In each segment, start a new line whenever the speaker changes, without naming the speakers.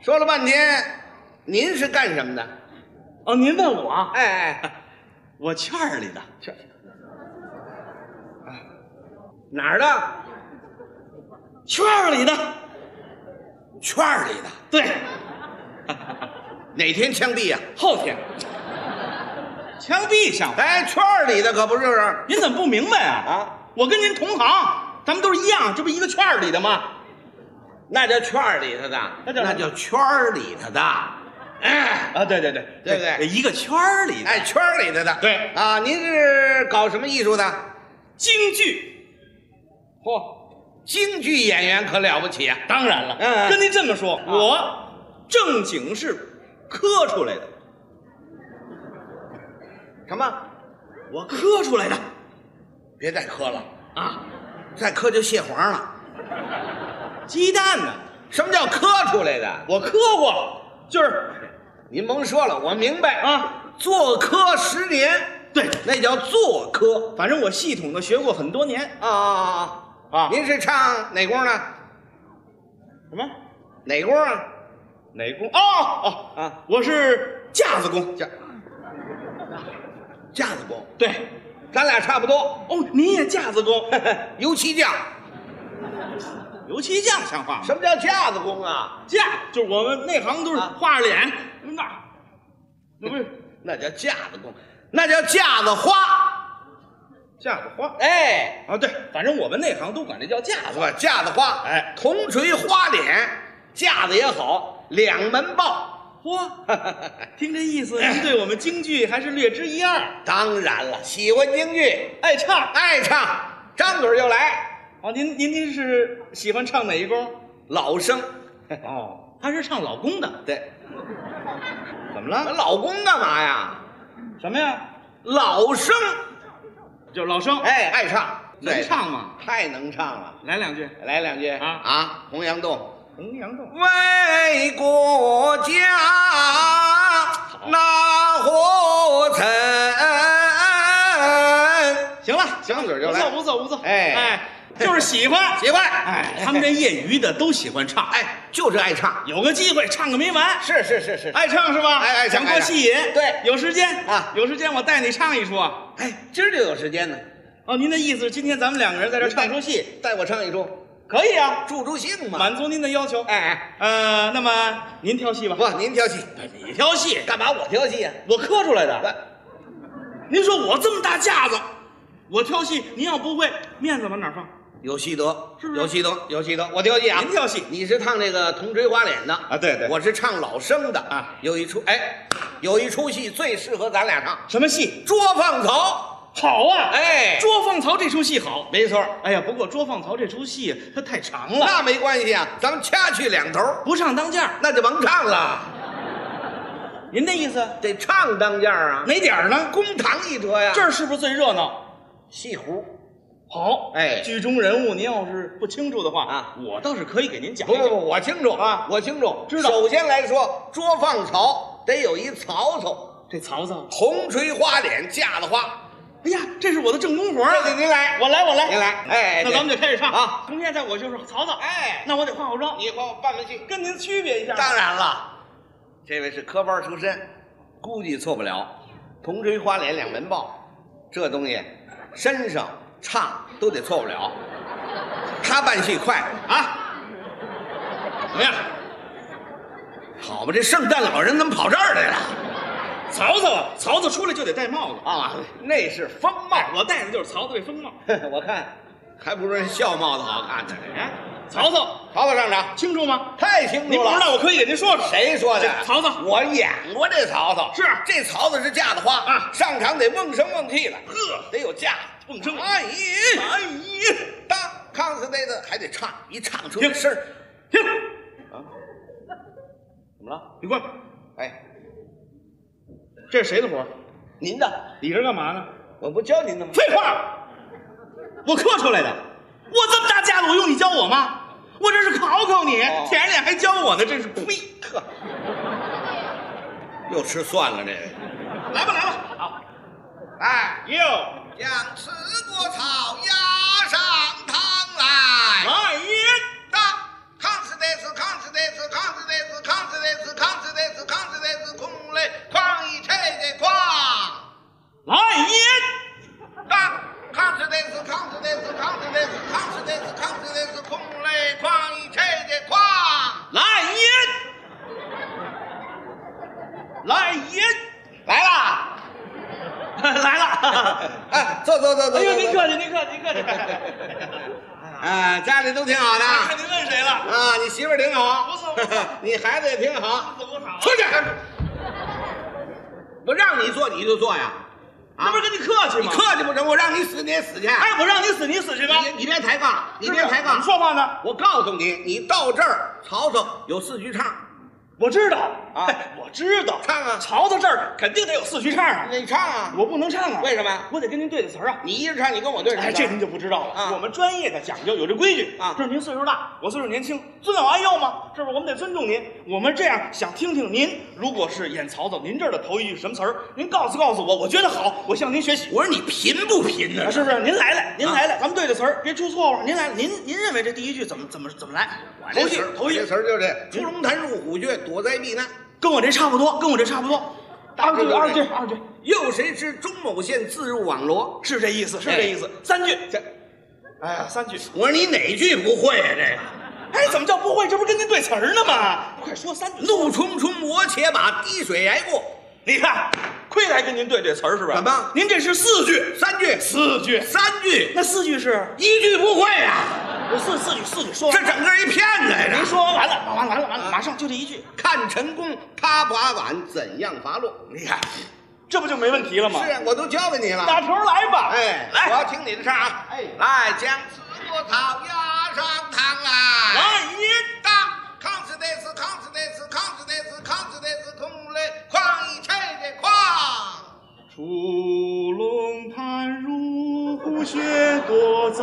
说了半天，您是干什么的？
哦，您问我啊，
哎哎，啊
我圈儿里的，
这哪儿的？
圈儿里的，
圈儿里的。
对，
哪天枪毙啊呀、
后天，枪毙想法。
哎，圈儿里的可不是
您怎么不明白啊？
啊，
我跟您同行，咱们都是一样，这不一个圈儿里的吗？
那叫圈儿里头的，
那叫什么
圈儿里头的。哎，
啊，对对对，
对不对
一个圈儿里的，
哎，圈儿里头的。
对
啊，您是搞什么艺术的？
京剧，
嚯、京剧演员可了不起啊！
当然了，
嗯
跟您这么说，我正经是磕出来的，
什么？
我磕出来的
别再磕了，
啊，
再磕就蟹黄了。
鸡蛋呢，
什么叫磕出来的？
我磕过，就是
您甭说了，我明白。
啊，
做科十年，
对，
那叫做科
反正我系统的学过很多年
啊啊
啊
啊！您是唱哪工的？
什么
哪工啊？
哪工？哦哦
啊，
我是架子工，
架架子工，
对，
咱俩差不多。
哦，您也架子工，
油漆匠，
啊油漆匠像话吗？
什么叫架子工啊？
架，就是我们内行都是
啊
画着脸，那那不是
那叫架子工，那叫架子花。
架子花
哎，
啊？对，反正我们内行都管这叫架子。
我架子花，
哎
铜锤花脸，架子也好，两门豹。
嚯， 听这意思，您对我们京剧还是略知一二，
当然了，喜欢京剧，
爱唱
爱唱，张嘴就来，
啊？您您您是喜欢唱哪一工？
老生。
哦，他是唱老公的，
对，
怎么了？
老公干嘛呀？
什么呀？
老生，
就是老生，，
哎，爱唱，
能
对，
唱吗？
太能唱了。
来两句。
来两句
啊
啊！洪阳洞。
红阳洞，
为国家那何曾？
行了，
张嘴就
不错
来，
不错不错，
哎
哎，就是喜欢，
喜欢。
哎，他们这业余的都喜欢唱，
哎，就是爱唱。
有个机会唱个没完，
是是是是。哎
爱唱是吧？
哎爱唱
想过戏瘾。
对
有时间
啊
有时间我带你唱一出啊。
哎，今儿就有时间呢，
哦，您的意思是今天咱们两个人在这唱出戏，
带我唱一出，
可以啊，
助助兴嘛。
满足您的要求。，
哎哎，
呃，那么您挑戏吧。
不，您挑戏，
你挑戏，
干嘛我挑戏啊呀？
我磕出来
不
的。您说我这么大架子，我挑戏，您要不会，面子往哪儿放？
有戏德，
是不是
有戏德，有戏德，我挑戏啊！
您挑戏
你是唱这个铜锤花脸的啊
对对
我是唱老生的
啊。
有一出，哎，有一出戏最适合咱俩唱
什么戏？
《捉放曹
好啊，
哎
捉放曹这出戏好》。。
没错，
哎呀，不过捉放曹这出戏它太长了，
那没关系啊，咱们掐去两头，
不唱当件儿
那就甭唱了，
您的意思
得唱当件儿啊。
哪点儿呢？
公堂一折呀，
这儿是不是最热闹？
戏胡，
好，
哎
剧中人物您要是不清楚的话
啊，
我倒是可以给您讲一
不不
讲。
不，我清楚
啊
我清楚。
知道
首先来说，捉放曹得有一曹操，
这曹操，
铜锤花脸架子花。
哎呀，这是我的正宫活
这得
啊！
您来，
我来，我来，
您来哎
那咱们就开始唱
啊！
从现在我就是曹操，
哎
那我得化化妆，
你和我办办戏。
跟您区别一下。
当，然了，这位是科班出身，估计错不了。铜锤花脸两门豹，这东西身上唱都得错不了。他办戏快啊，
怎么样？
好吧，这圣诞老人怎么跑这儿来了？
曹操啊，曹操出来就得戴帽子，
啊，哎那是风帽，
我戴的就是曹操这风帽。
我看还不如人孝帽子好看呢。
哎，曹操
曹操上场
清楚吗？
太清
您
楚
不知
了。
道，我可以给您说说。
谁说的
这？曹操
我演过这曹操，
是
这曹操是架子花
啊
上场得瓮声瓮气的，
呵，
得有架子。
瓮声
哎呀，
哎呀，
当康斯那个还得唱，一唱出
停
声儿
停，
怎么了？
你过来，
哎，
这是谁的活儿？
您的，
你这干嘛呢？
我不教您的吗？
废话，我刻出来的。我这么大架子，我用你教我吗？我这是考考你，
哦
舔着脸还教我呢，真是呸！
呵，又吃蒜 了这位。
来吧，来吧，好，
哎，
哟，
将十国草押上堂来。
来耶！
啊当康斯那斯，康斯那斯，康斯那斯，康斯那 哎，坐坐坐坐。
哎呦，
坐
您
坐
客气，您客气，您客气。
啊，家里都挺好
哎看
的
您问谁了？
啊，你媳妇儿挺好，
不错不错
你孩子也挺好。
怎么好？
出去！我让你做你就做呀，
那
啊
不，是跟你客气
你
吗？
客气不成？我让你死你也死去。
哎，我让你死，你死去吧。
你你别抬杠，你别抬
你
杠。
说话呢？
我告诉你，你到这儿，曹操有四句唱，
我知道
啊
哎我知道。
唱啊
曹操这儿肯定得有四句唱啊，
你唱啊。
我不能唱啊。
为什么？
我得跟您对对词儿啊。
你一人唱，你跟我对着
哎，这您就不知道了。
啊
我们专业的讲究有这规矩
啊
这是您岁数大，我岁数年轻，尊老爱幼嘛，是不是？我们得尊重您。我们这样想听听您，如果是演曹操，您这儿的头一句什么词儿？您告诉告诉我，我觉得好，我向您学习。
我说你贫不贫呢
啊是不是？您来来，您来来，咱们对对词儿，别出错误。您来，您您认为这第一句怎么怎么怎么来？
我
头
这
一
词儿，
头
我
一
这词儿就这“出龙潭入虎穴，躲灾避难。
跟我这差不多，跟我这差不多。
大
二
致
句，
就是
二
这
句，二句，
又谁知中某县自入网罗
是这意思，是
哎
这意思。三句，”。
这，
哎呀，三句。
我说你哪句不会啊？这个。
哎，怎么叫不会？这不是跟您对词儿呢吗？快说三句。
怒冲冲，我且把滴水挨过。
你看，亏来跟您对对词儿是吧？
怎么
您这是四句，
三句，
四句，
三句，
那四句是？
一句不会啊！
我四四句，四句说
这
完了。哎
整个一骗子呀！
您
这
说完了，完了，完了，完了，马上就这一句，
看陈宫他把碗怎样罚落？
哎
你看，
这不就没问题了吗？
是啊，我都教给你了。
打头来吧。
哎，我要
来，
听你的唱啊！
哎
来，将此座草压上堂啊来。
来一
当，康斯内斯，康斯内斯，康斯内斯，康斯内斯，空嘞，哐一切的哐。
出龙潭入虎穴，躲灾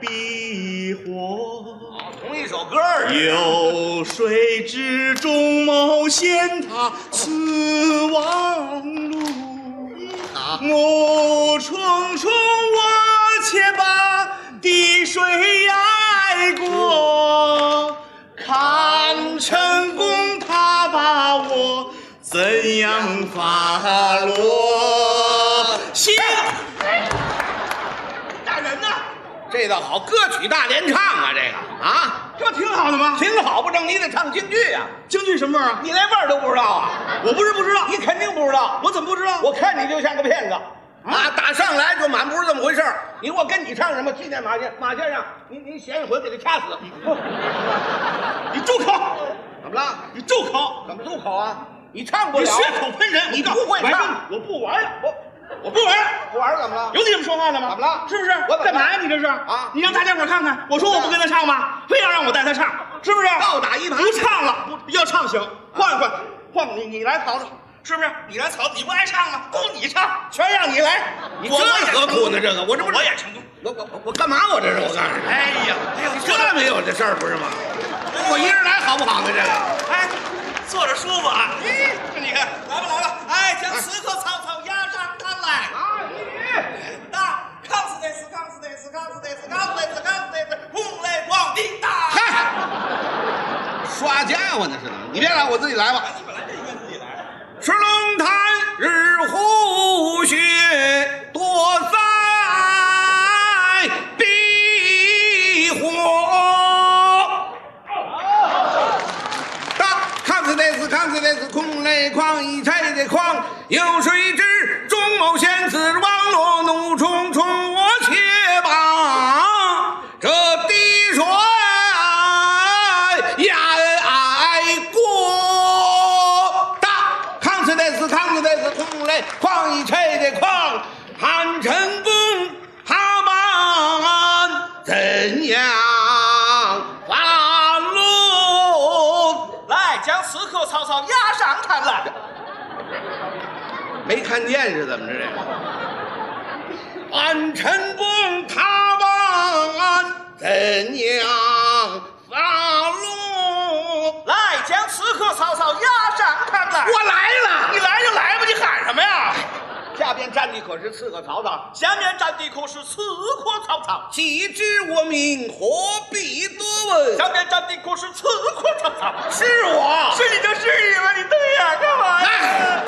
避祸。
啊同一首歌而已。
有谁知中某县他此王路？
好
暮重重，我且把滴水挨过。看成功，他把我怎样发落？行，打人呐！
这倒好，歌曲大联唱啊，这个啊，
这不挺好的吗？
挺好不成？你得唱京剧啊，
京剧什么味儿啊？
你连味儿都不知道啊？
我不是不知道
你，肯定不知道，
我怎么不知道？
啊我看你就像个骗子啊！打上来就满不是这么回事儿。你我跟你唱什么？去见马先马先生，您您闲一回给他掐死。
你住口！
怎么了？
你住口！
怎么住口啊？你唱不
你
了，
血口喷人！
你
我告
不会
我还跟
唱
你我不玩了，
我
我不玩了。
不玩儿怎么了？
有你这么说话的吗？
怎么了
是不是？
我怎么了
干嘛呀？你这是
啊
你让大家伙看看，我说我不跟他唱吗？非要让我带他唱，是不是？
倒打一耙
不唱了，不要唱行，换一换，换你你来曹操，是不是？你来曹操，你不爱唱吗？光你唱，哎全让你来，
你
我
这何苦呢？
我也
这
成功
个我这不是
我也成功。
我我我我干嘛？我这是我告诉你，
哎呀，哎呦，
从来没有这事儿不是吗？我一人来好不好呢？这个。
哎，坐着舒服啊！咦，你看，来吧来吧，哎，将石头草草压上炕来。
啊，一
那康斯内斯，康斯内斯，康斯内斯，康斯内斯，康斯内斯，轰来咣叮当。
嗨，耍家伙呢是怎么？你别来，我自己来吧。
哎你本来就应该自己来。
石龙潭日虎穴，多灾避祸。大看似得死，看似得死，空垒狂，一拆的狂。有谁知中某仙子王罗怒冲冲，我且把这滴水呀挨过。大看似得死，看似得死，空垒狂，一拆的狂。汉成功，哈曼怎样发落？
来，将此刻曹操压上他来。
没看见是怎么着？这个安臣公他王怎样发落？
来，将此刻曹操压上他来。
我来
你
了，
来就来吧，你喊什么呀？
下边站的可是刺客曹操。
下面站的可是刺客曹操，
既知我名，何必多问？
下面站的可是刺客曹操。
是我，
是你就是你吧，你对呀，干嘛呀
哎？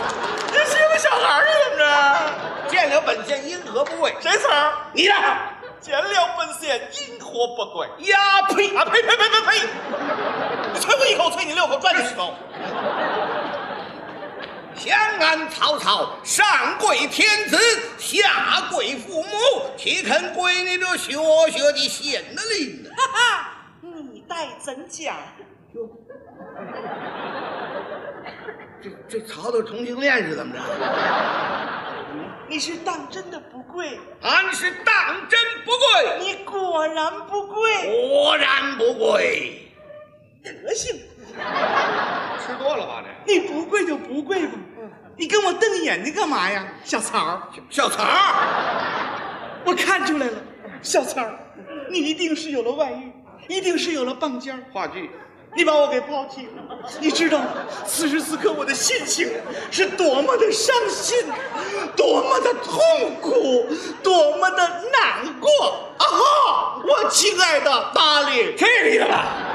你这是个小孩儿啊是怎么着？
见了本县因何不畏？
谁词儿？
你的
见了本县因何不跪？
呀呸！
啊呸呸呸呸呸！你捶我一口，捶你六口，拽你十口。
香安曹操，上跪天子，下跪父母，岂肯跪你这学学的县令呢？
哈哈，你待怎讲？
这这曹操同性恋是怎么着？
你是当真的不跪，
俺是当真不跪，
你果然不跪，
果然不跪。
德性！
吃多了吧这？
你不跪就不跪吧，你跟我瞪眼睛干嘛呀，小曹儿？
小曹儿，
我看出来了，小曹儿，你一定是有了外遇，一定是有了棒尖儿，
话剧
你把我给抛弃了。你知道吗？此时此刻我的心情是多么的伤心，多么的痛苦，多
哦
啊么的难过啊哈！我亲爱的达利，去你的吧！